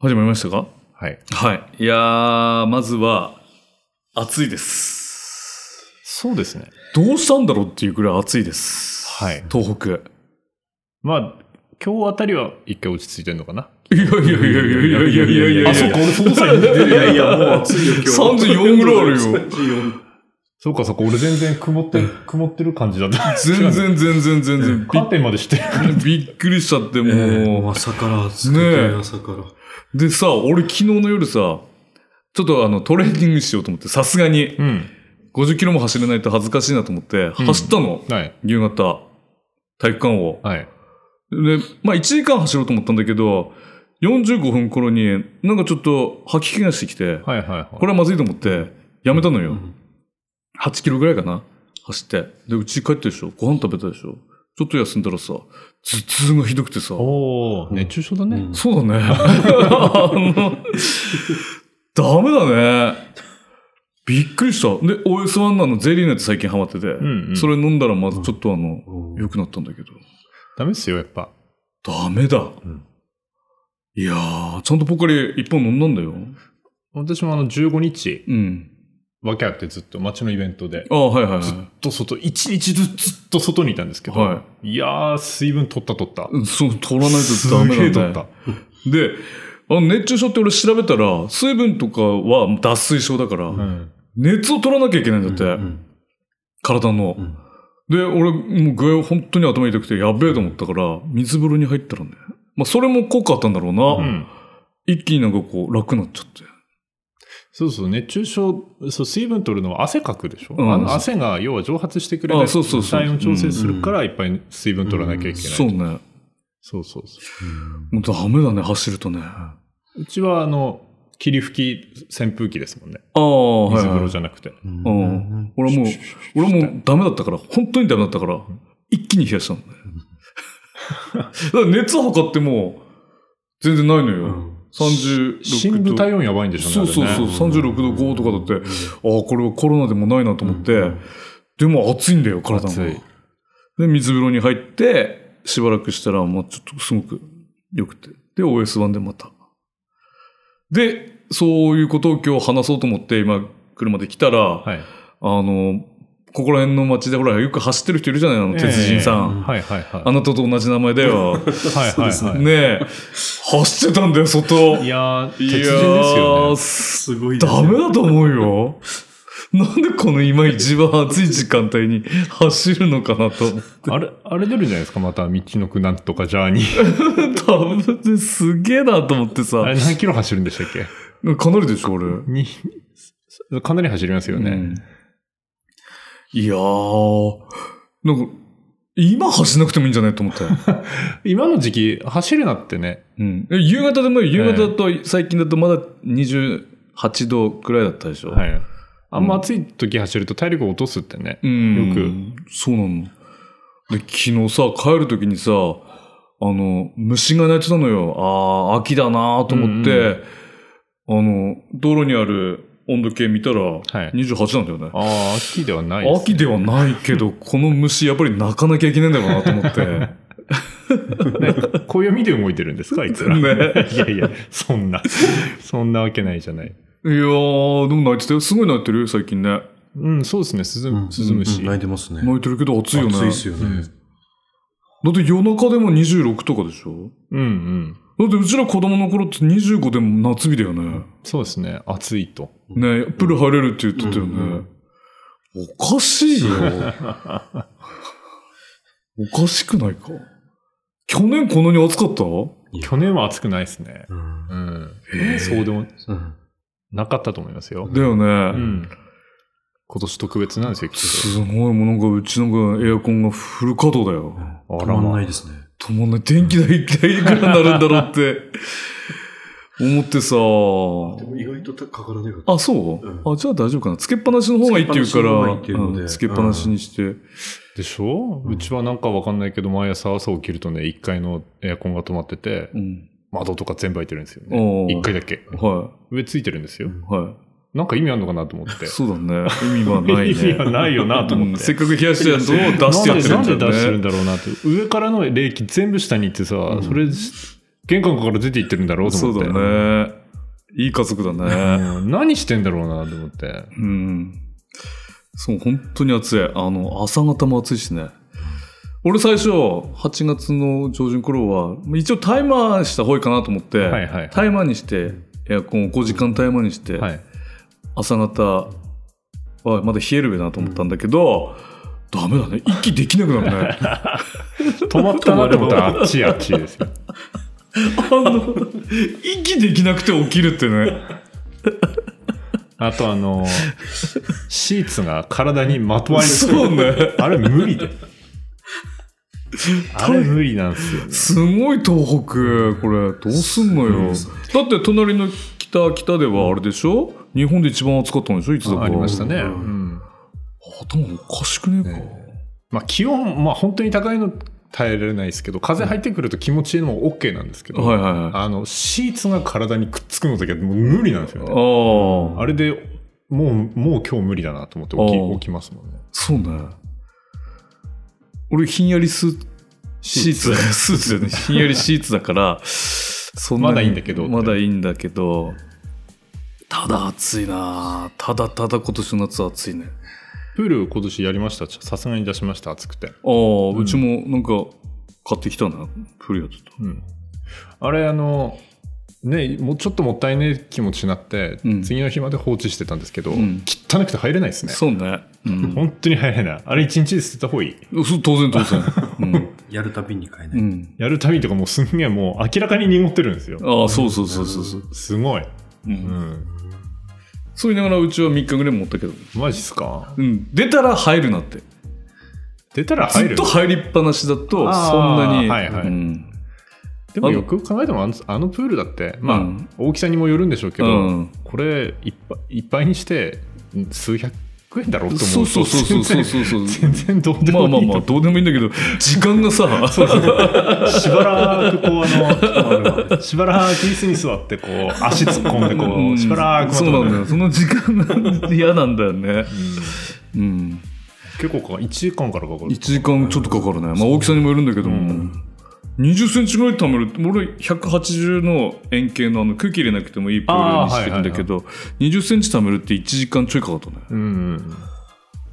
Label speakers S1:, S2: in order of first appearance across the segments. S1: 始まりましたか
S2: はい。
S1: はい。いやー、まずは、暑いです。
S2: そうですね。
S1: どうしたんだろうっていうくらい暑いです。
S2: はい
S1: 東北。
S2: まあ、今日あたりは一回落ち着いてるのかな。
S1: いやいやいやいやいやいやいやいやいや
S3: あ、そっか、俺その際に出てる。いやいや、もう暑いよ、今日。
S1: 34ぐらいあるよ
S3: 34
S2: そうか、そうか、俺全然曇って、曇ってる感じだ った。
S1: 全然全然全然。
S2: カーテンまでしてる。
S1: びびっくりしちゃって、もう。
S3: もう朝から暑くて、
S1: ねえ
S3: 朝から。
S1: でさ、俺昨日の夜さ、ちょっとあのトレーニングしようと思って、さすがに
S2: うん。
S1: 50キロも走れないと恥ずかしいなと思って、
S2: うん
S1: 走ったの。
S2: はい。
S1: 夕方、体育館を。
S2: はい。
S1: で、まあ1時間走ろうと思ったんだけど、45分頃になんかちょっと吐き気がしてきて、
S2: はいはいはい。
S1: これはまずいと思って、やめたのよ。
S3: うん
S1: 8キロぐらいかな走って。で、うち帰ったでしょご飯食べたでしょちょっと休んだらさ、頭痛がひどくてさ。
S2: おー、熱中症だね。
S3: うん
S1: そうだね。あの、ダメだね。びっくりした。で、OS1 なのゼリーのやつ最近ハマってて、
S2: んうん
S1: それ飲んだらまずちょっとあの、
S3: うん
S1: 良くなったんだけど。
S2: ダメですよ、やっぱ。
S1: ダメだ。
S2: ん
S1: いやー、ちゃんとポカリ一本飲んだんだよ。
S2: 私もあの、15日、
S1: うん。
S2: わけあってずっと街のイベントで、
S1: ああ、はいはい
S2: ずっ
S1: は
S2: と外、一日ずずっと外にいたんですけど、、
S1: はい
S2: やー、水分取った取った。
S1: い。そう、取らない
S2: す
S1: とダメ
S2: げ
S1: な
S2: え
S1: んだ
S2: 取っ
S1: よ。
S2: た。
S1: で、あの熱中症って俺調べたら、水分とかは脱水症だから、
S2: うん。
S1: 熱を取らなきゃいけないんだって、
S3: うん
S1: 体の。
S3: うん
S1: で、俺、もう具合本当に頭痛くてやべえと思ったから、水風呂に入ったらね。まあ、それも効果あったんだろう
S2: う
S1: な。
S2: ん。
S1: 一気になんかこう、楽になっちゃって。
S2: そうそう、熱中症、そう水分取るのは汗かくでしょ、
S1: うん
S2: あの汗が要は蒸発してくれ
S1: あ
S2: て
S1: そうそうそう
S2: 体温調整するからいっぱい水分取らなきゃいけない。
S1: そうね。
S2: そうそうそう
S1: もうダメだね、走るとね。あ
S2: うちはあの、霧吹き扇風機ですもんね。
S1: あー、はい、はい。
S2: 水風呂じゃなくて。
S3: うん
S1: う
S3: うんん。
S1: 俺もう、俺もダメだったから、本当にダメだったから、一気に冷やしたのね。だから熱測っても、全然ないのよ。36度。
S2: 深部体温やばいんでしょ
S1: そうそう
S2: あれ
S1: そう、
S2: ね
S1: 36度5とかだって、ああ、これはコロナでもないなと思って、
S3: うん
S1: でも暑いんだよ、体が。
S2: 暑い
S1: で、水風呂に入って、しばらくしたら、まあちょっとすごく良くて。で、OS1 でまた。で、そういうことを今日話そうと思って、今、車で来たら、
S2: はい。
S1: あの、ここら辺の街でほら、よく走ってる人いるじゃないあの、鉄人さん。
S2: はいはいはい。
S1: あなたと同じ名前だよ。
S2: はいはいはい。
S1: ねえ。走ってたんだよ、外。
S2: いやー、鉄
S1: い
S2: 人
S1: や
S2: です
S1: ー
S2: よね。
S1: す
S3: すごいです
S1: ダ
S3: ね。
S1: メだと思うよ。なんでこの今一番暑い時間帯に走るのかなと。
S2: あれ、あれ出るんじゃないですかまた、道のくなんとかジャーニー。
S1: 多分ですげえなと思って
S2: あ
S1: さ
S2: れ。何キロ走るんでしたっけ
S1: かなりでしょ、俺。
S2: に、かなり走りますよね。
S1: うんいやー、なんか、今走んなくてもいいんじゃないと思ったよ。
S2: 今の時期、走るなってね、
S1: うん、え夕方でもいい夕方だと、最近だとまだ28度くらいだったでしょ。
S2: はい。あんま暑い時走ると体力を落とすってね。
S1: うん、
S2: よ
S1: く。そうなの。で、昨日さ、帰るときにさ、あの、虫が鳴いてたのよ。ああ、秋だなーと思って、あの、道路にある温度計見たら、
S2: はい。
S1: 28なんだよね。
S2: ああ、秋ではないです、
S1: 秋ではないけど、この虫やっぱり鳴かなきゃいけないんだろうなと思って。ね。
S2: ね。暦で動いてるん ですかあいつら。いやいや、そんな、そんなわけないじゃない。
S1: いやー、でも鳴いてたよ。すごい鳴いてるよ、最近ね。
S2: うん、そうですね、スズ
S3: うん
S2: スズムシ。
S3: うん泣いてますね。
S1: 鳴いてるけど暑いよね。
S3: 暑いっすよね。
S1: だって夜中でも26とかでしょ
S2: うんうん。
S1: だってうちら子供の頃って25でも夏日だよね。
S2: そうですね、暑いと。
S1: ねプール入れるって言ってたよね。
S3: うん
S1: おかし いよ。おかしくないか。去年こんなに暑かった
S2: 去年は暑くないですね。
S3: うん
S2: うん。そうでも
S3: うん
S2: なかったと思いますよ。
S1: だよね。
S2: うん。今年特別なんですよ、きっ
S1: すごい、もうなんかうちなんかエアコンがフル稼働だよ。
S2: と。
S3: 止まんないですね。
S1: 止まんない。電気代一体いくらになるんだろうって、 思ってさ。
S3: でも意外とかからねえかった。
S1: あ、そう、
S3: う
S1: あ、じゃあ大丈夫かな。つけっぱなしの方がいいって言うから、
S3: つけっぱなしの方がいいっていうので
S1: うんつけっぱなしにして。
S2: でしょうちはなんかわかんないけど、毎朝朝起きるとね、1階のエアコンが止まってて
S1: う、ん。
S2: 窓とか全部開いてるんですよ
S1: お
S2: ね。
S1: ー
S2: 1階だけ。
S1: は
S2: 上ついてるんですよ。
S1: い。はい。
S2: なんか意味あるのかなと思って。
S1: そうだね。意味は ないね。
S2: 意味はないよなと思って
S1: うんせっかく冷やしてやるのを出して
S2: な
S1: や
S2: ん
S1: ってる
S2: でなんん
S1: だ
S2: で出して
S1: よ
S2: るん
S1: ね。
S2: だろうなって。上からの冷気全部下に行ってさ、
S1: ん
S2: それ、玄関から出て行ってるんだろうと
S1: そ
S2: 思っ
S1: う
S2: て。
S1: だね。いい家族だね。
S2: うん何してんだろうなと思って。
S1: うん。そう、本当に暑い。あの、朝方も暑いしね。俺最初、8月の上旬頃は、一応タイマーした方がいいかなと思って、
S2: はいはい。
S1: タイマーにして、エアコンを5時間タイマーにして、
S2: はい。
S1: 朝方はまだ冷えるべなと思ったんだけど、ダメだね。息できなくなるね。
S2: 止まったなと思ったらあっちあっちですよ。
S1: あの、息できなくて起きるってね。
S2: あと あの、シーツが体にまとわりつく
S1: そうね。
S2: あれ無 理で。あれ無理なんですよね。
S1: すごい東北、これ、どうすんのよ。だって隣の北、北ではあれでしょ日本で一番暑かったんでしょいつだか。
S2: ありましたね。
S3: う
S2: うんん
S1: 頭おかしくねえか。
S2: まあ気温、まあ本当に高いの耐えられないですけど、風入ってくると気持ちいいのも OK なんですけど、
S1: はいはいはい。あ
S2: あの、シーツが体にくっつくのだけはもう無理なんですよね。
S1: あ、
S2: あれで、もう、もう今日無理だなと思って
S1: あ
S2: 起
S1: あ
S2: き起きますもんね。
S1: そうね。俺、ひんやりスシーツ、スーツだよね。ひんやりシーツだから、そに
S2: まだいいんだけど
S1: まだいいんだけど、ただ暑いなただただ今年の夏は暑いね。
S2: プール今年やりました。さすがに出しました。暑くて。
S1: ああ、うちもなんか買ってきたな、プリやつと。
S2: うん、あれあのねもうちょっともったいない気持ちになって、
S1: うん
S2: 次の日まで放置してたんですけど、
S1: うん
S2: 汚くて入れないですね
S1: そうね。うん。
S2: 本当に入れないあれ一日で捨てた方がいい
S1: そう当然当 然。うん
S3: やるたびに変えな
S1: う
S3: い。
S1: ん。
S2: やるたびとかもうすんげえもう明らかに濁ってるんですよ
S1: ああ、そうそうそうそうそう。
S2: すごい、
S1: う。
S2: うんん、
S1: そう言いながらうちは3日ぐらい持ったけど。
S2: マジっすか
S1: うん。出たら入るなって。
S2: 出たら
S1: ず
S2: 入
S1: っ
S2: る
S1: と入りっぱなしだと、
S2: あー
S1: そんなに。
S2: はいはい
S1: うん。
S2: でもよく考えてもあのあのプールだってまあ、
S1: うん
S2: 大きさにもよるんでしょうけど、
S1: うん
S2: これいっぱいいっぱいにして数百円だろうと思うと
S1: そうそうそうそうそうそう。
S2: 全然全然どうで
S1: ま
S2: もい
S1: あ
S2: い
S1: まあ
S2: と
S1: まあ、どうでもいいんだけど、時間がさ、
S2: しばらくこうあの、しばらく椅子に座ってこう、足突っ込んでこ
S1: うん
S2: う、しばらくまと
S1: そうなん
S2: める
S1: だよ。その時間が嫌なんだよね。うん。
S2: 結構か、1時間からかかる。
S1: 1時間ちょっとかかるね、まあ、大きさにもよるんだけども、2 0ンチぐらい溜める俺180の円形のあの空気入れなくてもいいプールにしてるんだけど、2 0ンチ溜めるって1時間ちょいかかったね
S2: うんうん。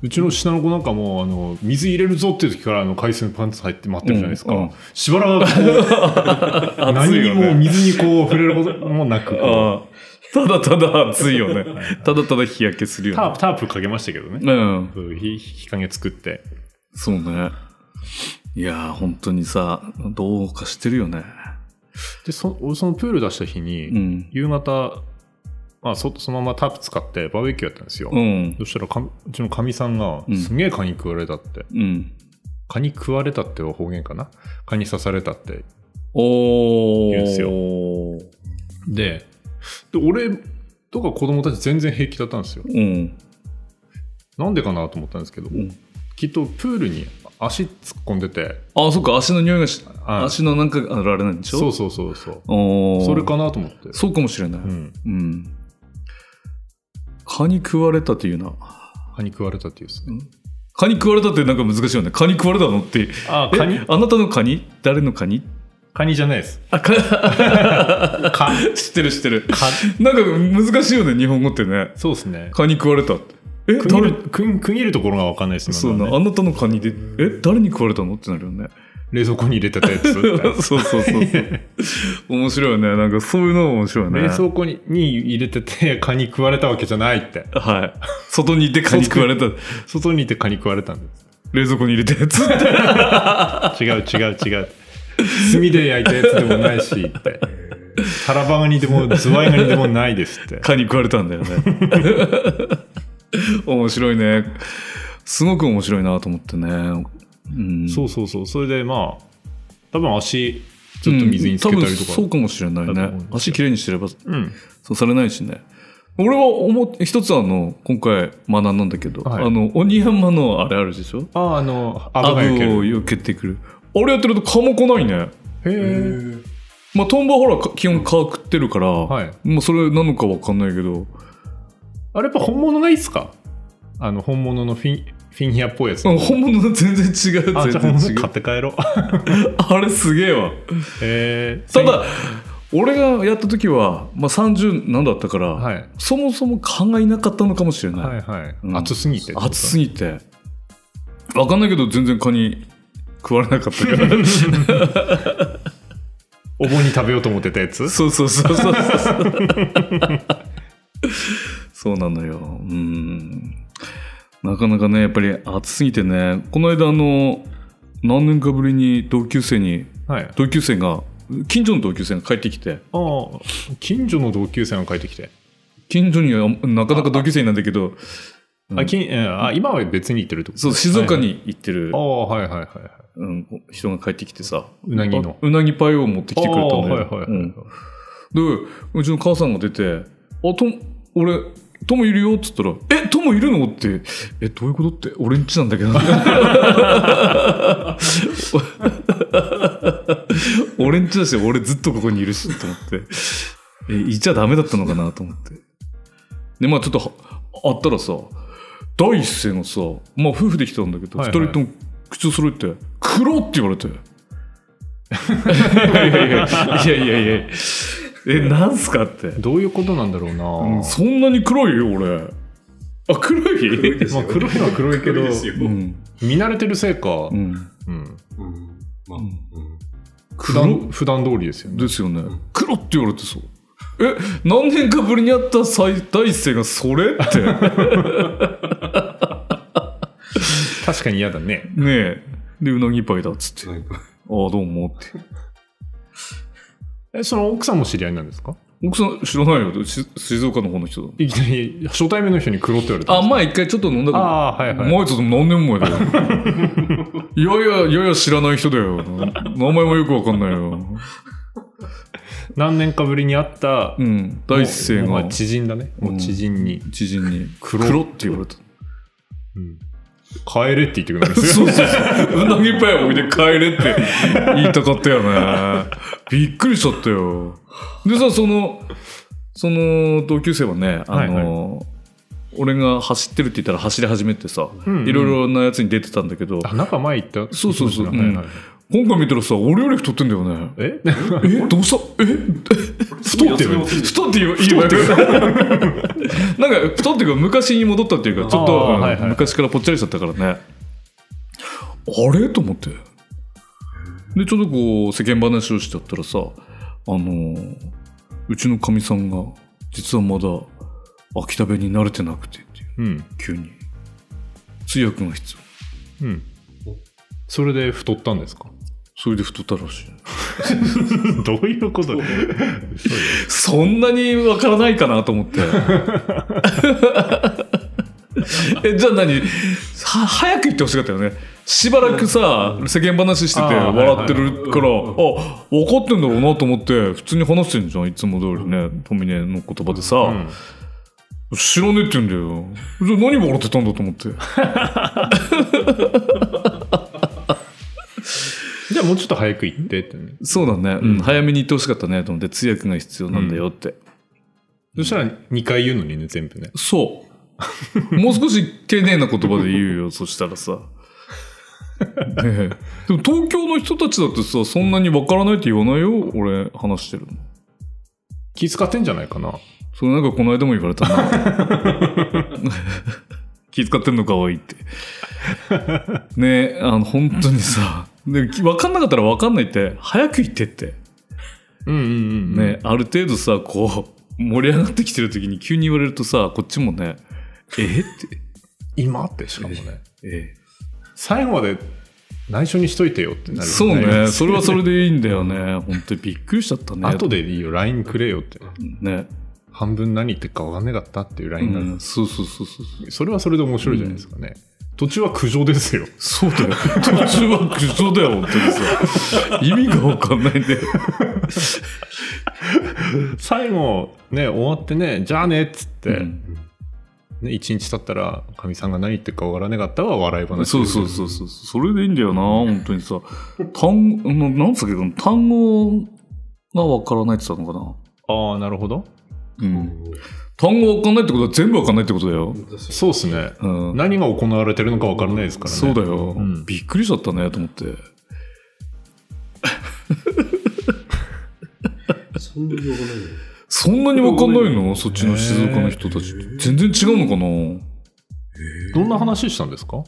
S2: うちの下の子なんかもう、あの、水入れるぞっていう時から、あの、海水のパンツ入って待ってるじゃないですか。
S1: うんうん
S2: しばらくこう、
S1: 暑
S2: 何
S1: い
S2: に
S1: よね
S2: も水にこう、触れることもなく、こ
S1: ああただただ暑いよねただただ日焼けする
S2: うタ
S1: よ
S2: ープ、タープかけましたけどね。
S1: ねうん
S2: こう日日陰作って。
S1: そうねいやー本当にさどうかしてるよね
S2: で、そ俺そのプール出した日に、
S1: うん
S2: 夕方、まあそ、そのままタープ使ってバーベキューやったんですよ。
S1: うん
S2: そしたらかみうちのかみさんが
S1: うん
S2: すげえ蚊に食われたって、
S1: うん
S2: 蚊に食われたっては方言かな蚊に刺されたって
S1: お
S2: 言うんすよ
S1: ー
S2: でで俺とか子供たち全然平気だったんですよ
S1: うん
S2: なんでかなと思ったんですけど、
S1: ん
S2: きっとプールに足突っ込んでて
S1: あそっか足の匂いがし
S2: あ
S1: 足のなんかあられないんでしょ
S2: そうそうそうそう
S1: おー
S2: それかなと思って
S1: そうかもしれない。
S2: う
S1: うん。
S2: ん、
S1: 蚊に食われたっていうな。
S2: 蚊に食われたっていうですね、
S1: 蚊に食われたってなんか難しいよね。蚊に食われたのって。
S2: あ蚊に
S1: えあなたの蚊に誰の蚊に
S2: 蚊にじゃないです
S1: あ、 蚊、
S2: 蚊
S1: 知ってる知ってる。
S2: 蚊
S1: なんか難しいよね、日本語ってね。
S2: そうですね
S1: 蚊に食われたって。え、
S2: 区切
S1: 誰
S2: る区区切るところが分かんないですね
S1: そう
S2: ま
S1: な、
S2: だね
S1: あなたの蚊にで、え、誰に食われたのってなるよね。
S2: 冷蔵庫に入れてた やつ
S1: そうそうそう そう。面白いよね。なんかそういうの面白いよね。
S2: 冷蔵庫にに入れてて蚊に食われたわけじゃないって
S1: はい。外にいて蚊に食われた。
S2: 外にいて蚊に食われたんです
S1: 冷蔵庫に入れたやつって。
S2: 違う違う違う炭で焼いたやつでもないしってタラバガニでもズワイガニでもないですって
S1: 蚊に食われたんだよ ね。面白いね。すごく面白いなと思ってね。うん、
S2: そうそうそうそれでまあ多分足ちょっと水につけた
S1: う
S2: り
S1: ん多
S2: と
S1: 分
S2: か、
S1: そうかもしれない
S2: だと思うん
S1: ね
S2: です。よ
S1: 足きれいにしてれば
S2: うん
S1: そうされないしね。俺は思っ一つあの、今回学んだんだけど、
S2: はい
S1: あの、鬼山のあれあるでしょ
S2: あああの
S1: アブを
S2: アブが焼けるへ
S1: 避けてくる。あれやってると蚊も来ないね。
S2: え
S1: まあ、トンボはほら、か基本蚊食ってるから、
S2: はい
S1: まあ、それなのかわかんないけど、
S2: あれやっぱ本物がいいっすかあの本物のフィンフィンヒアっぽいやつ。
S1: うん本物と全然違う
S2: あ、じゃあ
S1: 全
S2: 本
S1: 然違
S2: 物
S1: う
S2: 買って帰ろう。
S1: あれすげえわ
S2: えー、
S1: ただ俺がやった時は、まあ、30何だったから、
S2: はい
S1: そもそも勘がいなかったのかもしれない、
S2: はいはい、
S1: うん
S2: 熱すぎて
S1: 暑すぎて分かんないけど全然カニ食われなかったから
S2: お盆に食べようと思ってたやつ
S1: そうそうそうそうそうそうなのようんなかなかねやっぱり暑すぎてねこの間あの何年かぶりに同級生に
S2: はい
S1: 同級生が近所の同級生が帰ってきて
S2: ああ近所の同級生が帰ってきて、
S1: 近所にはなかなか同級生いないんだけどうん
S2: あきんえあ今は別に行ってるってこと
S1: そう静岡に行ってる、
S2: ああはいはいはいはい
S1: うん、人が帰ってきてさ
S2: うなぎの
S1: あうなぎパイを持ってきてくれたのよ、
S2: あーはいはいはいはい
S1: うんでうちの母さんが出て「あと俺トモいるよ」っつったら「えトモいるの?」って「えどういうこと?」って俺んちなんだけど 俺んちだし俺ずっとここにいるしと思ってえいちゃダメだったのかなと思ってでまあちょっとあったらさ第一声がさまあ夫婦で来たんだけど、
S2: はい
S1: 二
S2: はい
S1: 人とも口を揃えて「黒」って言われて。いやいやいやいやいやいやえなんすかって、
S2: どういうことなんだろうな、
S1: うんそんなに黒いよ俺あ黒い
S3: 黒いです
S2: ま
S3: よ
S2: あ、黒いのは黒いけど
S3: 黒ですよ
S1: うん
S2: 見慣れてるせいか、
S1: う
S2: う
S1: ん
S2: ん
S3: うんまあ、
S1: うん
S3: うん
S2: 普
S1: 黒
S2: 段普段通りですよね
S1: ですよね、黒って言われてそうえ何年かぶりに会った最大生がそれって ね
S2: 確かに嫌だね
S1: えでうなぎパイだっつって「あ
S3: なんか
S1: あどうも」って
S2: えその奥さんも知り合いなんですか
S1: 奥さん知らないよし静岡の方の人だ
S2: いきなり初対面の人に黒って言われた
S1: あ
S2: んです
S1: 前一回ちょっと飲んだけ
S2: か
S1: ど
S2: ああはいは
S1: 前
S2: い
S1: ちょっと何年前だよ。 いやいや、いやいや知らない人だよ。名前もよくわかんないよ。
S2: 何年かぶりに会った
S1: うん。第一声
S2: もう
S1: が
S2: まあ知人だねもう知人に、
S1: 知人に
S2: 黒
S1: 黒って言われた。
S2: うん帰れって言ってくれるんですよ
S1: そうそうそう。うなぎパイ置いて帰れ って言いたかったよね。びっくりしちゃったよ。でさ、その、その同級生はね、あの、
S2: はい
S1: 俺が走ってるって言ったら走り始めてさ、
S2: うんうん
S1: いろいろなやつに出てたんだけど、
S2: あ、なんか前行った
S1: そうそうそう
S2: はいはいはい
S1: 今回見たらさ、俺より太ってんだよね。
S2: え
S1: えどうしたえ太ってる太って言えば言えばなんか太っていうか昔に戻ったっていうかちょっ
S2: あ
S1: と
S2: ーはいはい
S1: 昔からぽっちゃりしちゃったからねあれと思ってでちょっとこう世間話をしちゃったらさあのーうちのかみさんが実はまだ秋田弁に慣れてなくてっていう
S2: うん。
S1: 急に通訳が必要
S2: うん。それで太ったんですか
S1: それで太ったらしい
S2: どういうことで
S1: そんなにわからないかなと思 って。えじゃあ何は早く言ってほしかったよねしばらくさ世間話してて
S2: あー
S1: 笑ってるからあ
S3: はいはい
S1: 分かってんだろうなと思って普通に話してんじゃんいつも通りねトミネの言葉で
S2: う
S1: さ
S2: ん
S1: 知らねえって言うんだよじゃあ何笑ってたんだと思って
S2: じゃあもうちょっと早く行ってってね。
S1: そうだね、うん早めに言ってほしかったねと思って通訳が必要なんだよって、
S2: そしたら2回言うのにね、全部ね。
S1: そうもう 少し丁寧な言葉で言うよそしたら さねえでも東京の人たちだってさそんなにわからないって言わないよ俺話してるの
S2: 気使ってんじゃないかな。
S1: それなんかこの間も言われたな 気遣ってんのかわいいってねえあの本当にさで分かんなかったら分かんないって早く言ってって
S2: うんうんうん。
S1: ね、ある程度さこう盛り上がってきてる時に急に言われるとさこっちもねえって
S2: 今ってしかもね。
S1: ええ
S2: 最後まで内緒にしといてよってなる、
S1: そうね。それはそれでいいんだよね。本当にびっくりしちゃったね。
S2: 後でいいよ、LINE くれよって。
S1: ね。
S2: 半分何言ってるか分かんなかったっていう
S1: う
S2: LINE が、
S1: ん、そうそうそうそう。
S2: それはそれで面白いじゃないですかね。途中は苦情ですよ。
S1: そうだよ。途中は苦情だよ、本当にさ。意味がわかんないんだよ。
S2: 最後、ね、終わってね、じゃあねっつって、
S1: うん
S2: ね、一日経ったら、かみさんが何言ってるか分からなかったは笑い話。
S1: そうそうそうそう。それでいいんだよな、本当にさ。単語、ななんつったっけ、単語がわからないって言ったのかな。
S2: ああ、なるほど。
S1: う。
S3: うんん
S1: 単語わかんないってことは全部わかんないってことだよ。
S2: そうですね。
S1: うん。
S2: 何が行われてるのか分からないですからね。
S1: そうだよ、
S2: ん
S1: びっくりしちゃったね、と思って。
S3: そんなにわかんないの
S1: そんなにわかんないのそっちの静岡の人たちって。全然違うのかな
S2: どんな話したんですか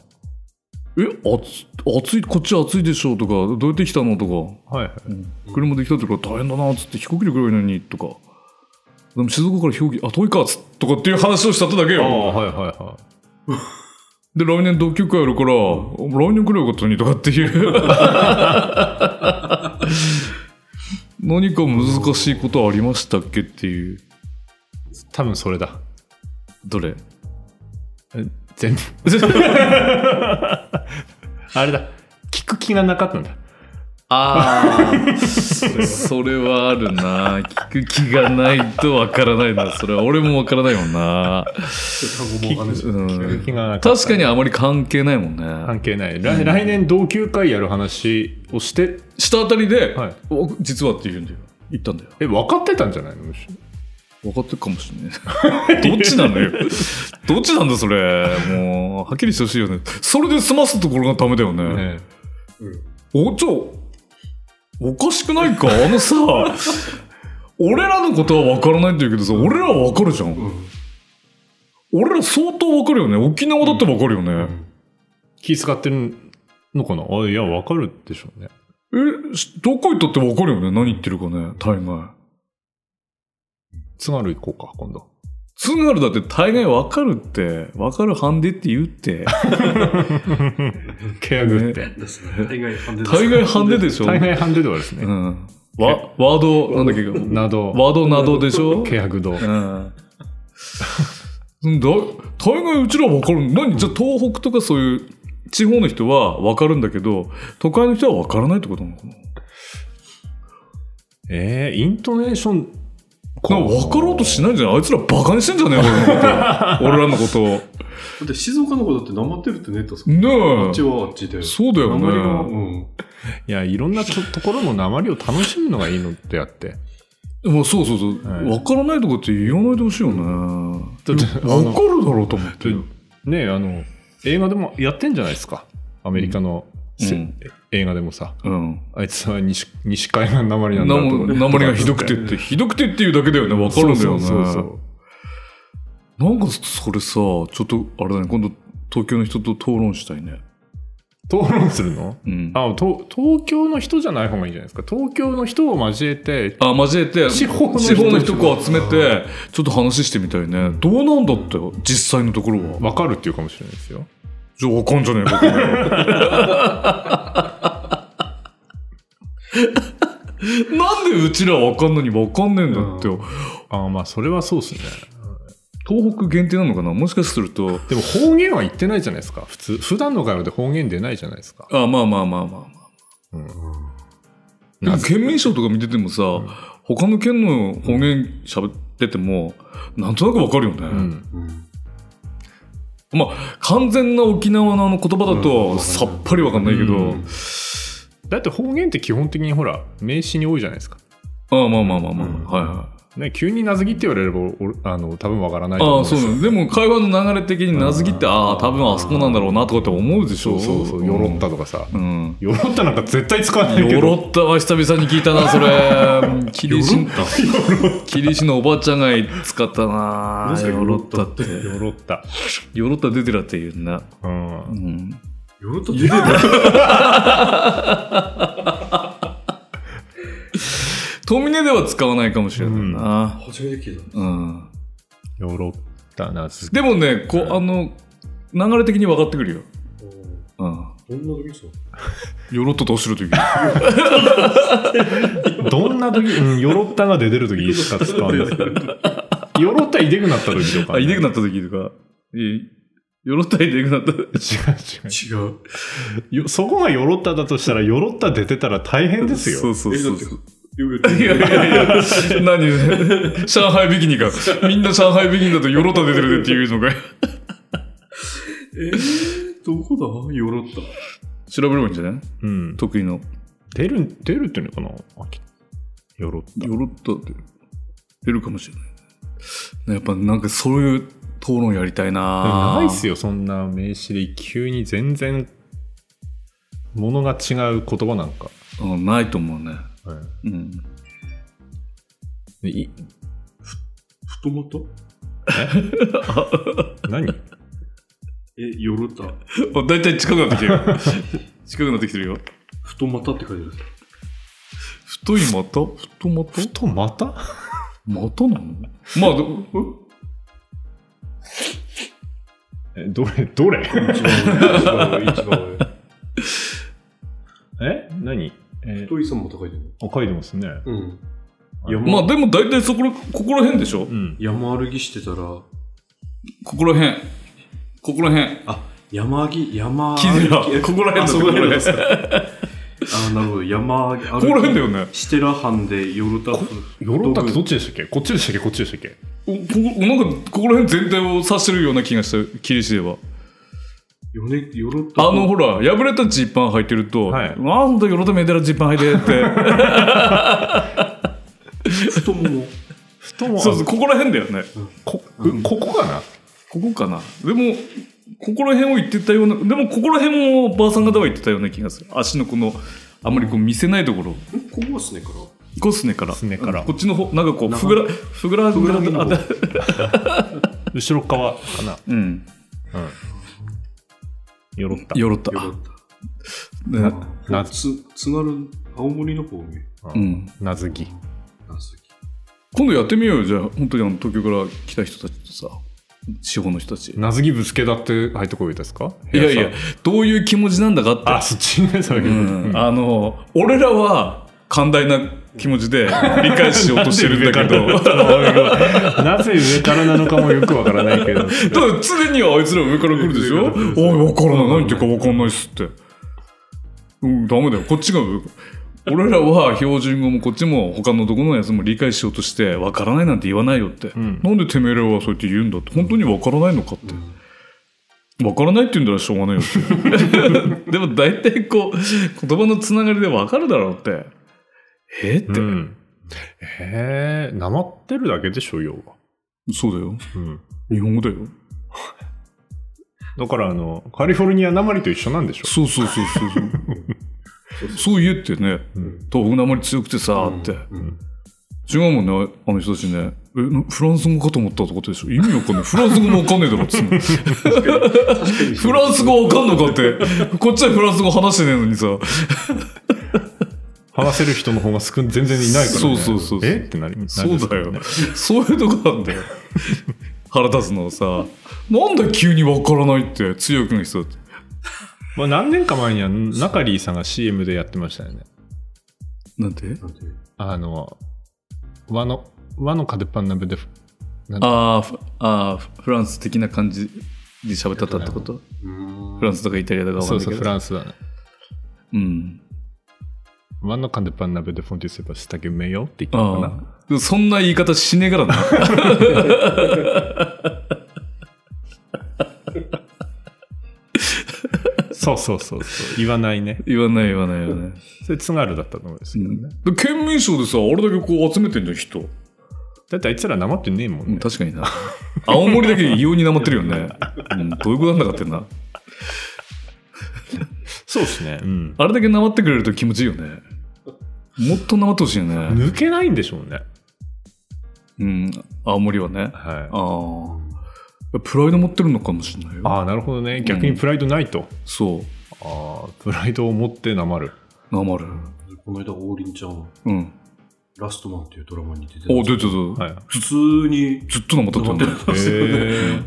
S1: え暑暑いこっち暑いでしょとかどうやって来たのとか、
S2: はいはい。
S1: 車で来たとか大変だなっつって飛行機で来ればいいのにとかでも静岡から飛行機あ遠いかっつとかっていう話をしたっただけ
S2: あ
S1: よ
S2: あ、はいはいは
S1: で来年同級会やるから来年来ればよかったのにとかっていう 何か難しいことありましたっけっていう
S2: い。多分それだ。
S1: どれ
S2: 全 部。あれだ。聞く気がなかったんだ。
S1: ああ、それはあるな。聞く気がないとわからないな。それは俺もわからないもんな。
S3: 単語もわかんないし
S1: う
S2: 聞く
S1: ん、
S2: 気がなかった。
S1: 確かにあまり関係ないもんね。
S2: 関係ない。来来年同級会やる話をして、
S1: 下あたりで、
S2: はい
S1: お実はって言うんだよ。言ったんだよ。
S2: え、分かってたんじゃないのむしろ
S1: 分かってるかもしれな い。どっちなのよ。どっちなんだ、それ。もう、はっきりしてほしいよね。それで済ますところがダメだよね。
S2: ね
S1: お、ちょ、おかしくないかあのさ、俺らのことは分からないって言うけどさ、俺らは分かるじゃん。
S3: うん
S1: 俺ら相当わかるよね。沖縄だってわかるよね。
S2: 気使ってるのかなあ、いや、分かるでしょうね。
S1: え、しどこ行ったってわかるよね。何言ってるかね。大概。
S2: 津軽行こうか、今度。
S1: 津軽だって大概わかるって。わかるハンデって言うって。
S2: ケアグって。
S3: ですね大概ハンデです
S1: 大概ハンデでしょ。
S2: 大概ハンデドはです
S1: う
S2: ね。
S1: ん。わ、ワード、なんだっけ。
S2: など、
S1: ワードなどでし ょ。
S2: ケアグド。
S1: うん。うんだ大概うちらわかる。何じゃあ東北とかそういう地方の人はわかるんだけど、都会の人はわからないってことなのかな
S2: えー、イントネーション
S1: なんか分かろうとしないんじゃないあいつらバカにしてんじゃねえか俺らのこと。俺らのこ
S3: だって静岡の子だって黙ってるってネットさ
S1: と。
S3: あっち
S1: ね
S3: はあっちで
S1: え。そうだよ
S3: 訛りがう
S1: ね。
S3: ん
S2: いや、いろんなとところの鉛を楽しむのがいいのってあって。
S1: まあ、そうそうそう。
S2: はい
S1: 分からないとかって言わないでほしいよね。
S2: だってあの
S1: 分かるだろうと思って。
S2: ねえあの、映画でもやってんじゃないですか。アメリカの、せ
S1: うん
S2: 映画でもさ。
S1: うん。
S2: あいつは西西海岸鉛なんだとか。
S1: 鉛がひどくて って、ひどくてっていうだけだよね。分かるんだよ
S2: そうそうそう
S1: ね。なんかそれさ、ちょっとあれだね。今度東京の人と討論したいね。
S2: そう討論するの
S1: うん。
S2: あと東京の人じゃない方がいいんじゃないですか。東京の人を交えて、
S1: あ、交えて、
S2: 地方の
S1: 地
S2: 人
S1: 方の人を集めて、ちょっと話してみたいね。どうなんだって、実際のところは。
S2: わかるっていうかもしれないですよ。
S1: じゃあ、わかんじゃねえかこれなんでうちらわかんのにわかんねえんだって。
S2: ああ、まあ、それはそうですね。
S1: 東北限定なのかなもしかすると。
S2: でも方言は言ってないじゃないですか。普通、普段の会話で方言出ないじゃないですか。
S1: あ、まあまあまあまあまあ。でも県民省とか見ててもさ、他の県の方言喋ってても、なんとなくわかるよね。
S2: うん。
S3: うん
S1: 完全な沖縄のあの言葉だ
S3: う
S1: と、
S3: ん
S1: さっぱりわかんないけど、
S2: うんだって方言って基本的にほら、名詞に多いじゃないですか。
S1: あまあまあまあまあ、
S3: うん
S1: はいはい。
S2: ね、急に名付きって言われれば、おあの、多分わからないと
S1: あ
S2: 思
S1: あ
S2: うし
S1: そうなのでも会話の流れ的に名付きってああ多分あそこなんだろうなとかって思うでし
S2: そ
S1: ょ
S2: うそうそう、よろったとかさ。
S1: うん
S2: よろったなんか絶対使わないけど。
S1: よろったは久々に聞いたなそ れキリシンキリシのおばあちゃんが使ったな
S3: 何すか
S1: よろったって
S2: よろった。
S1: よろった出てらって言うんだ、
S2: う。
S1: うんん、
S3: ヨロッタ出てた
S1: トミネでは使わないかもしれないな、
S3: 初めて聞いた
S1: うん
S2: よろった名付
S1: でもねこうあの流れ的に分かってくるよ、
S3: お
S1: うん、
S3: ーどんな時さ
S1: よろったとおっしゃる時
S2: き。どんな時、うん、よろったが出てる時しか使わないですけど。よろったいでくなった時とか、
S1: あいでくなった時とかいよろったいでくなった
S2: 違う違
S3: 違う
S2: うよ。そこがよろっただとしたら、よろった出てたら大変ですよ。
S1: そうそう
S3: えだ
S1: そ
S3: っ
S1: う
S3: て
S1: そう
S3: よく
S1: いやいやいや、何上海ビキニか。みんな上海ビキニだとヨロタ出てるでっていうのが。
S3: えーどこだヨロッタ
S1: 調べればいいんじゃない
S2: うん。
S1: 得意の。
S2: 出る、出るっていうのかなあきよろった。
S1: ヨロタ出る。出るかもしれない。やっぱなんかそういう討論やりたいな
S2: ないっす
S1: よ。
S2: よ、そんな名詞で急に全然、ものが違う言葉なんか。
S1: うん、ないと思うね。
S2: うん
S1: うん。
S2: でい
S3: 太もと
S2: 何
S3: え、よろた。
S1: あだいたい近くなってきてる。 近くなってきてるよ。
S3: 太股って書いてある。
S1: 太い股太股
S2: ふとまた
S1: 股なのまあ、ど
S2: えどれどれ
S3: 一番上、一番上。
S2: え何え
S3: 太いさんも高いてある。
S2: あ書いてますね。
S3: うん。
S2: はい
S3: 山、
S1: まあでもだいたいそこら、ここら辺でしょ、
S2: うん。
S3: 山歩きしてたら、
S1: ここら辺。ここら辺。
S3: あ、山歩き、山
S1: キズラ
S3: 歩きえ。
S1: ここら辺だ
S3: あそこら辺です
S1: こ
S3: か。あ、なるほど。山歩き。
S1: ここら辺だよね。
S3: してらはんでよろたふ。
S2: ヨーロッパってどっちでしたっけこっちでしたっけこっちでしたっけ
S1: おここなんか、ここら辺全体を指してるような気がした、キリシでは。
S3: よね、よろた
S1: あの、ほら、破れたジーパン履いてると、
S2: はい
S1: なんだよろためでらジーパン履いてっ て。
S3: 太もも。
S2: 太も
S1: そうそう、ここら辺だよね。
S2: こここかな
S1: ここかな。でも、ここら辺を言ってたような、でもここら辺もばあさん方は言ってたような気がする。足のこの、あまりこう見せないところ。
S3: んここはすねから。
S1: こうすねから。
S2: すねから
S1: うんこっちの方、なんかこう、
S3: なん
S1: ふ
S3: か
S1: ぐら、ふぐら、
S3: ふぐらみの方
S1: あだ
S2: 後ろ側かな
S1: うん。
S2: うん。ヨーロッパ。
S1: よろった。
S3: よろた。
S1: ね
S2: な
S3: なつ、つなる、青森の方面。
S1: うん。
S2: なずき。
S3: あ、す
S1: 今度やってみようよじゃあ本当にあの東京から来た人たちとさ地方の人たちい
S2: なずきぶつけだって入ってこいですか
S1: やいや。どういう気持ちなんだか
S2: あ、
S1: っ
S2: そっちね、それ
S1: て、うん、あの俺らは寛大な気持ちで理解しようとしてるんだけどた
S2: なぜ上からなのかもよくわからないけど。
S1: だ常にあいつら上から来るでしょ
S3: 上から
S1: おい分からない何言ってるか分かんないっすってうんダメだよこっちが上俺らは標準語もこっちも他のどこのやつも理解しようとして分からないなんて言わないよって、
S2: ん
S1: なんでてめえらはそうやって言うんだって本当に分からないのかって
S3: うん
S1: わからないって言うんだらしょうがないよって でも大体こう言葉のつながりでわかるだろうってえーって、
S2: うん。へえ、なまってるだけでしょ、要は。
S1: そうだよ
S2: うん。
S1: 日本語だよ
S2: だから、あの、カリフォルニアなまりと一緒なんでしょ。
S1: そうそうそうそうそうそう言えってね
S2: うん。
S1: 東北のあまり強くてさーって、
S3: うん
S1: 違うもんねあの人たちねえなフランス語かと思ったってことでしょ意味わかんないフランス語もわかんねえだろっつう のフ
S3: フ
S1: ランス語わかんのかってこっちはフランス語話してねえのにさ
S2: 話せる人の方が少ん全然いないから、ね。
S1: そうそうそうそう
S2: えってなります
S1: そうだよ。そういうとこなんだよ。腹立つのはさ、なんで急にわからないって、強くの人だって。
S2: まあ、何年か前には、ナカリーさんが CM でやってましたよね。
S1: なんて
S2: あの、和の、和のカデパン鍋で、なんだ
S1: あーふあー、フランス的な感じで喋ったったってことフラン
S3: ス。
S1: スとかイタリアとかわか
S2: そ
S1: ん
S2: う
S1: ない
S2: そ
S1: けど。
S2: う、フランスだね。
S1: うん。
S2: 和のカデパン鍋でフォンデュセバスタケメよって言ったのか
S1: あ
S2: な。
S1: あ。でもそんな言い方しねえからな。
S2: そうそうそうそう。言わないね。
S1: 言わない言わない言わない。
S2: それ津軽だったと思うんですけどね。
S1: で県民賞でさ、あれだけこう集めてんじゃん、人。
S2: だってあいつらなまってねえもん
S1: う
S2: ね。
S1: ん確か にな。青森だけ異様になまってるよね。うん、どういうことなんだかってな。
S2: そうですね。うん。
S1: あれだけなまってくれると気持ちいいよね。もっとなまってほしいよね。
S2: 抜けないんでしょうね。
S1: うん、青森はね。あ
S2: はい。
S1: あ。プライド持ってるのかもしれないよ。
S2: ああ、なるほどね。逆にプライドないと。
S1: そ
S2: ああ、プライドを持ってなまる。
S1: う、なまる。
S3: この間、王林ちゃん、
S1: うん。
S3: ラストマンっていうドラマに出てた
S1: お、出てた。
S2: はい。
S3: 普通に、
S1: ずっとなまってたんだよ。
S2: へえ。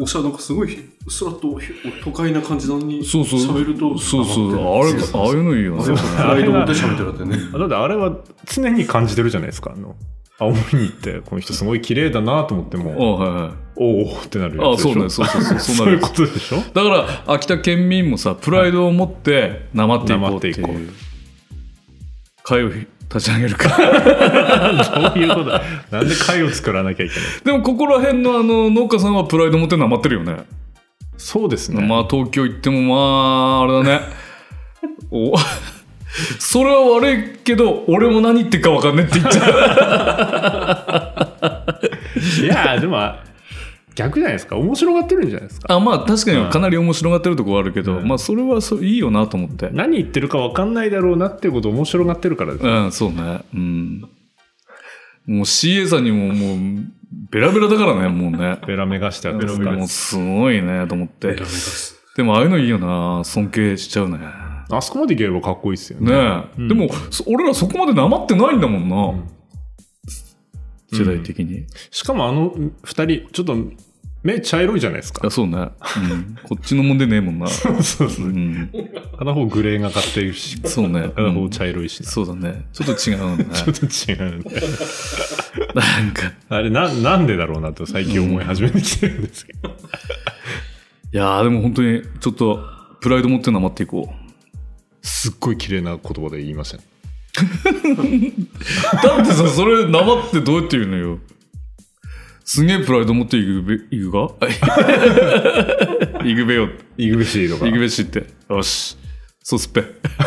S3: おしゃなんかすごい、うっすらとお都会な感じなのに、
S1: そうそう
S3: 喋ると、
S1: そうそう。
S3: 黙
S1: あ
S3: って
S1: れ
S3: る、
S1: ああいうのいいよね。
S3: プライド持って喋ってるってね。
S2: あだってあれは常に感じてるじゃないですか。あの青森に行って、この人すごい綺麗だなと思って
S1: あ
S2: も、
S1: はいはい。
S2: おおってなる
S1: あ
S2: やつでし
S1: そうね。そ
S2: ょ。
S1: うそうそう。そう
S2: そう
S1: な
S2: いう
S1: る
S2: ことでしょ
S1: だから、秋田県民もさ、プライドを持って、なまっていこうってい。
S2: なまっていう
S1: 会を立ち上げるか。
S2: そういうこと。なんで会を作らなきゃいけない。
S1: でも、ここら辺のあの、農家さんはプライド持ってなまってるよね。
S2: そうですね。
S1: まあ東京行ってもまああれだね お それは 悪いけど俺も何言ってるか分かんねえって言っちゃう
S2: いやー、でも、逆じゃないですか。面白がってるんじゃないですか。
S1: あまあ確か
S2: うん
S1: にかなり面白がってるところはあるけど、
S2: うん
S1: まあそれはそういいよなと思って
S2: 何言ってるか分かんないだろうなっていうことを面白がってるからです
S1: う
S2: よ。
S1: んそうねうんもう CA さんにももうベラベラだからねもうね
S2: ベラメガしてあるんです
S1: もうすごいねと思っ
S3: ベラ
S1: て
S3: メガス。
S1: でもああいうのいいよな尊敬しちゃうね
S2: あそこまでいければかっこいいですよね。
S1: ねえ、
S2: うん
S1: でもそ俺らそこまでなまってないんだもんな、
S2: うん
S1: 世代的に、
S2: しかもあの二人、ちょっと目茶色いじゃないですか
S1: あ。そうね、うん、こっちのもんでねえも んな、
S2: そうそうう。
S1: ん、
S2: 片方グレーがかってるし、
S1: そうね、う
S2: 片方
S1: ん、
S2: 茶色いし。
S1: そうだねちょっと違うね
S2: ちょっと違うんで。
S1: なんか
S2: あれな、なんでだろうなと最近思い始めてきてるんですけど。
S1: いやーでも本当にちょっとプライド持ってなまっていこう
S2: すっごい綺麗な言葉で言いましたね。
S1: だってさそれなまってどうやって言うのよすげえプライド持っていくべいくか いくべよ
S2: イグベシーとか
S1: い。くべしってよしそうすっぺ
S2: 初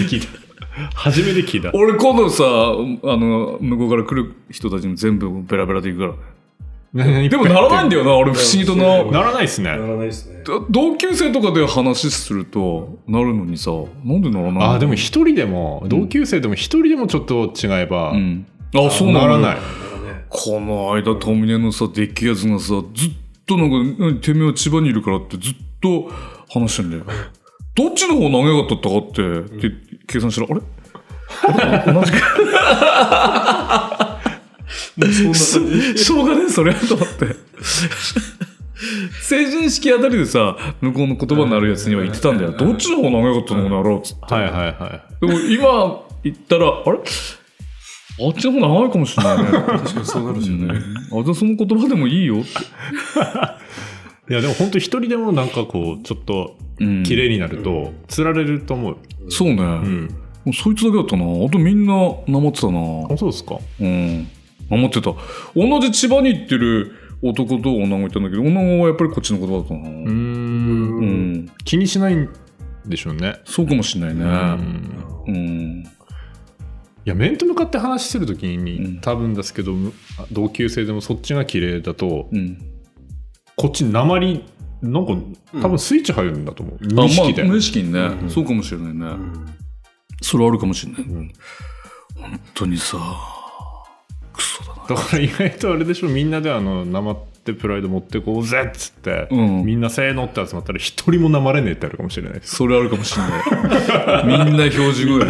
S2: めて聞いた。初めて聞いた。
S1: 俺今度さあの向こうから来る人たちも全部ベラベラでいくからで
S2: で
S1: もならないんだよな俺不思議とな
S2: ならないです
S3: な
S2: ね。
S3: らないですね。
S1: ど同級生とかで話するとなるのにさなんでならないの
S2: あーでも一人でも、同級生でも一人でもちょっと違えば
S1: う、んあそう
S2: な
S1: な
S2: ら
S1: ら
S2: ない。
S3: ならね。
S1: この間、トミネのさ、でっけえやつがさ、ずっとなんかうん、てめえは千葉にいるからってずっと話してん だよ。どっちの方長かったったかって、で計算したら、あれあ同じか。
S3: もうそん な
S1: し
S3: 感じ。
S1: しょうがねえ、それ、と思 って。成人式あたりでさ、向こうの言葉になるやつには言ってたんだよ。どっちの方長かったのかなろうっつって。
S2: はいはいは
S1: でも今言ったら、あれあっちの方長いかもしれないね。
S3: 確かにそうなるしね。
S1: あ、じゃあその言葉でもいいよって。
S2: い。いやでも本当一人でもなんかこう、ちょっと
S1: うん
S2: 綺麗になると、釣られると思う。
S1: そうね。
S2: うん。
S1: もうそいつだけだったな。あとみんななまってたな。
S2: あそうですか。
S1: うん。なまってた。同じ千葉に行ってる男と女がいたんだけど、女の子はやっぱりこっちのことだったな。
S2: うーん。
S1: うん。
S2: 気にしないんでしょうね。
S1: そうかもしんないうね。
S2: ん
S1: うん。
S2: いや面と向かって話してる時に、
S1: うん
S2: 多分ですけどむ同級生でもそっちが綺麗だと
S1: うん。
S2: こっち鉛なんか
S3: うん
S2: 多分スイッチ入るんだと思う、
S1: あ、まあ
S2: 無意識で、、
S1: 無意識にね、
S3: うん
S1: そうかもしれないうね。
S3: ん
S1: それあるかもしれない。
S2: うん
S1: 本当にさ、クソだな。
S2: だから意外とあれでしょみんなであの鉛ってプライド持ってこうぜっつって、
S1: うん
S2: みんなせーのって集まったら一人も鉛ねえってあるかもしれないです
S1: それあるかもしれない。みんな表示語よ。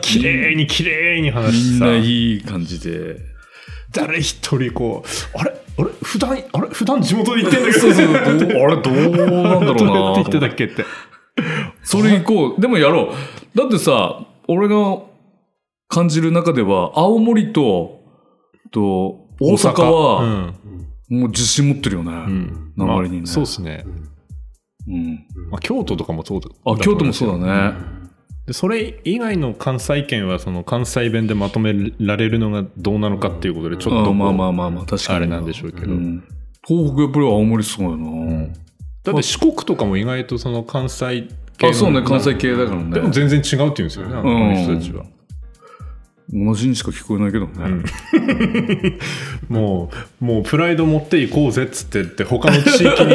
S2: 綺麗に綺麗に話
S1: み
S2: し
S1: んな
S2: てさ
S1: いい感じで。
S2: 誰一人こうあれあれ普段あれ普段地元で行ってんだけど
S1: そうそう、どうあれどうなんだろうなと
S2: どうやって
S1: 思
S2: 行
S1: っ
S2: っててたっけって
S1: それ行こう。でもやろう。だってさ、俺が感じる中では、青森と、と、大阪は、もう自信持ってるよね。う。
S2: うんん
S1: 流
S2: うん
S1: れにね
S2: まあそうですねまあ、京都とかもそうだ
S1: あ、京都もそう
S2: ね
S1: だね。
S2: でそれ以外の関西圏はその関西弁でまとめられるのがどうなのかっていうことでちょっとこ
S1: う
S2: うん
S1: まあまあまあまあ、確かに。
S2: あれなんでしょうけど、
S1: うん東北やっぱり青森すごいよな。
S2: だって四国とかも意外とその関西系の
S1: あ、そうね、関西系だから
S2: でも
S1: ね。
S2: 全然違うって言うんですよねあの人たちは、
S1: 同じにしか聞こえないけどね。
S2: もうもうプライド持っていこうぜっつってって他の地域にこう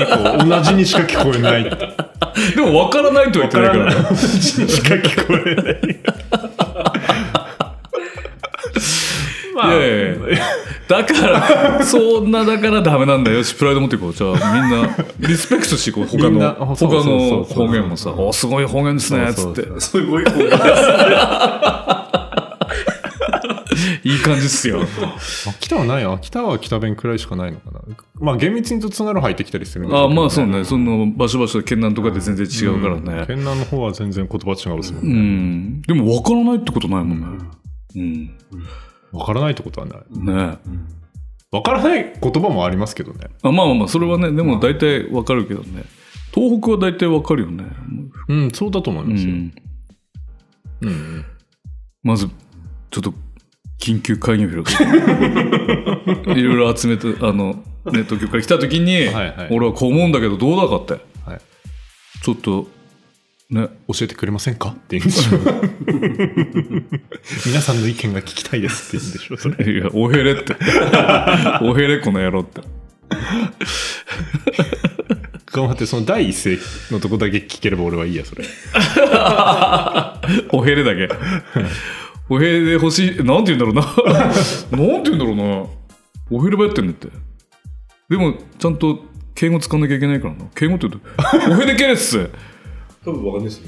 S2: 同じにしか聞こえないって
S1: でも分からないとは言ってないからね。
S2: 同じにしか聞こえないまあ
S1: いやいやいやだから、そんなだからダメなんだよ。よし、プライド持っていこう。じゃあ、みんな、リスペクトしていこう。他
S2: みん
S1: の、
S2: な
S1: 他
S2: そうそうそうそう
S1: の方言もさ、お、すごい方言ですね、つっ
S2: そうそう
S1: て
S2: そ。
S3: すごい方言です。
S1: いい感じっすよ。
S2: 秋田はない秋田は北弁くらいしかないのかなまあ厳密に言うと津軽入ってきたりするんだけど
S1: あまあそうね。その、場所場所、県南とかで全然違うからね。
S2: 県南の方は全然言葉違うですも
S1: うんん。で
S2: ね、
S1: も、分からないってことないもんね。うん。
S2: わからないってことはない
S1: ね
S2: わからない言葉もありますけどね
S1: あまあまあまあ、それはね、でも大体分かるけどね。東北は大体分かるよね。
S2: うんそうだと思いうますよ、
S1: ん。
S2: うん
S1: まず、ちょっと、緊急会議を開く。いろいろ集めて、あの、ネット局から来た時に、
S2: はいはい
S1: 俺はこう思うんだけどどうだかって、
S2: はい
S1: ちょっと、ね。
S2: 教えてくれませんかって言うんでしょ 皆さんの意見が聞きたいですって言うんでしょそれ
S1: いや、おへれっ て。おへれこの野郎って。
S2: 頑張ってその第一声のとこだけ聞ければ俺はいいやそれ
S1: おへれだけ。おへれで欲しい、なんて言うんだろうな。 なんて言うんだろうな。おへればやってんだって。でも、ちゃんと敬語使わなきゃいけないからな。敬語って言うと、おへれけれっす。
S3: 多分わかんないですよ。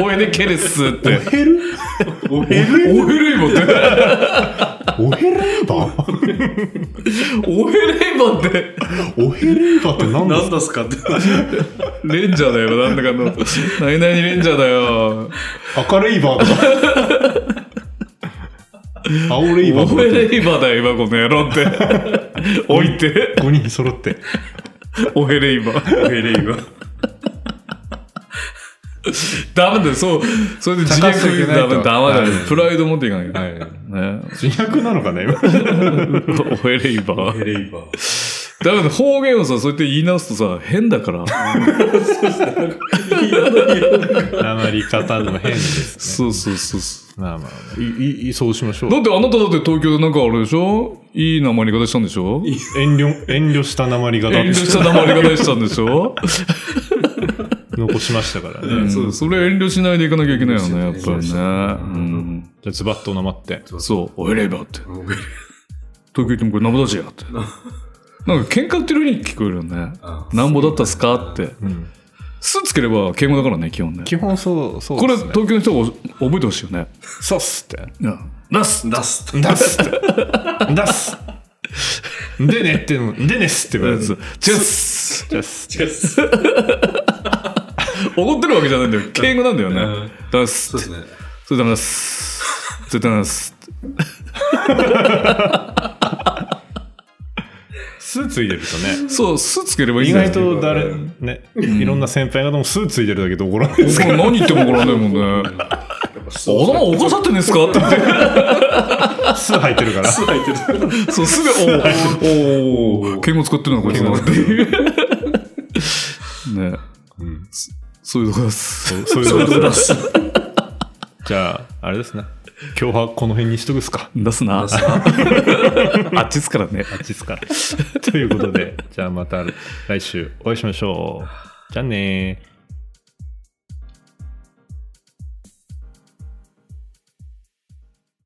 S1: おへれけれっすって。
S2: ヘル
S3: お
S1: お
S3: へ
S1: へれいばって。
S2: おヘレーバー
S1: おへれいばって。
S2: おヘレーバーって何だ
S3: なんだすかって。
S1: レンジャーだよ。なんだかの。何々レンジャーだよ。
S2: 赤レイバーとか青レイバー
S1: お
S2: と
S1: へ
S2: か
S1: れいばだよ、今この野郎って。置いて。
S2: 5人揃って
S1: おへれ今。おへれ今。ダメだよ、そう、それで自
S2: 高すぎ
S1: 虐
S2: ない
S1: ダ
S2: と
S1: メ、ダメだよ
S2: は。い
S1: プライド持っていかないと。
S2: はい
S1: ね、
S2: 自虐なのかね今
S1: おへれ今。
S3: ヘレイバー。
S1: ダメだ、方言をさ、そうやって言い直すとさ、変だから。
S2: なり方の変ですね。
S1: そうそうそうそ
S2: まあまあ、いいいそうしましょう
S1: う。だ。ってあなただって東京でなんかあれでしょいい名前り方したんでしょ
S2: 遠慮、遠慮したなまり方
S1: 遠慮した名前り方したんでしょ、
S2: 残しましたから
S1: う
S2: ね。
S1: ん、
S3: そう
S1: そ
S3: です
S1: れ遠慮しないでいかなきゃいけないよね、やっぱ
S3: そうで
S1: り
S3: す
S1: ね。う
S3: ね
S1: ん、
S2: じゃあ、ズバッとなまって。
S1: そう、おへれ今って。
S3: おへれ
S1: 東京行ってもこれなんぼだしやって。なんか喧嘩売ってるように聞こえるよね。なんぼだったっすかって。
S2: うん
S1: すつければ敬語だからね、基本ね。
S2: 基本そう、そう
S1: これ、
S2: ですね。
S1: 東京の人が覚えてほしいよね。
S2: そうっすって。
S1: なす
S3: 出す。
S2: 出すって。出す。でねっての、でねっすって言われる。
S1: チェス
S2: 出す。
S3: 違うっす。そう
S1: 怒ってるわけじゃないんだよ。敬語なんだよね。だす
S3: で
S1: って
S3: すね。
S1: それダメです。絶対ダメです。
S2: すついてるとね。
S1: そう、すつければいい
S2: 意
S1: んだよ。
S2: 外と誰、ね、いろんな先輩方もすついてるだ けで怒らないです
S1: こ
S2: か
S1: れ
S2: ら。
S1: 何言っても怒らないもんね。頭おかさってんですかって言っ
S2: す入ってるから。
S3: す入ってる。
S1: て。そう、すぐ、おおお敬語使ってるな、こいつは。っていう。ね
S2: うん
S1: そういうとこです。
S2: そういうこと
S1: 出す。
S2: じゃあ、あれですね。今日はこの辺にしとくっすか。
S1: 出すな。
S3: 出す な
S1: あっちっすからね。
S2: マジっす か。ということで、じゃあまた来週お会いしましょう。じゃあねー。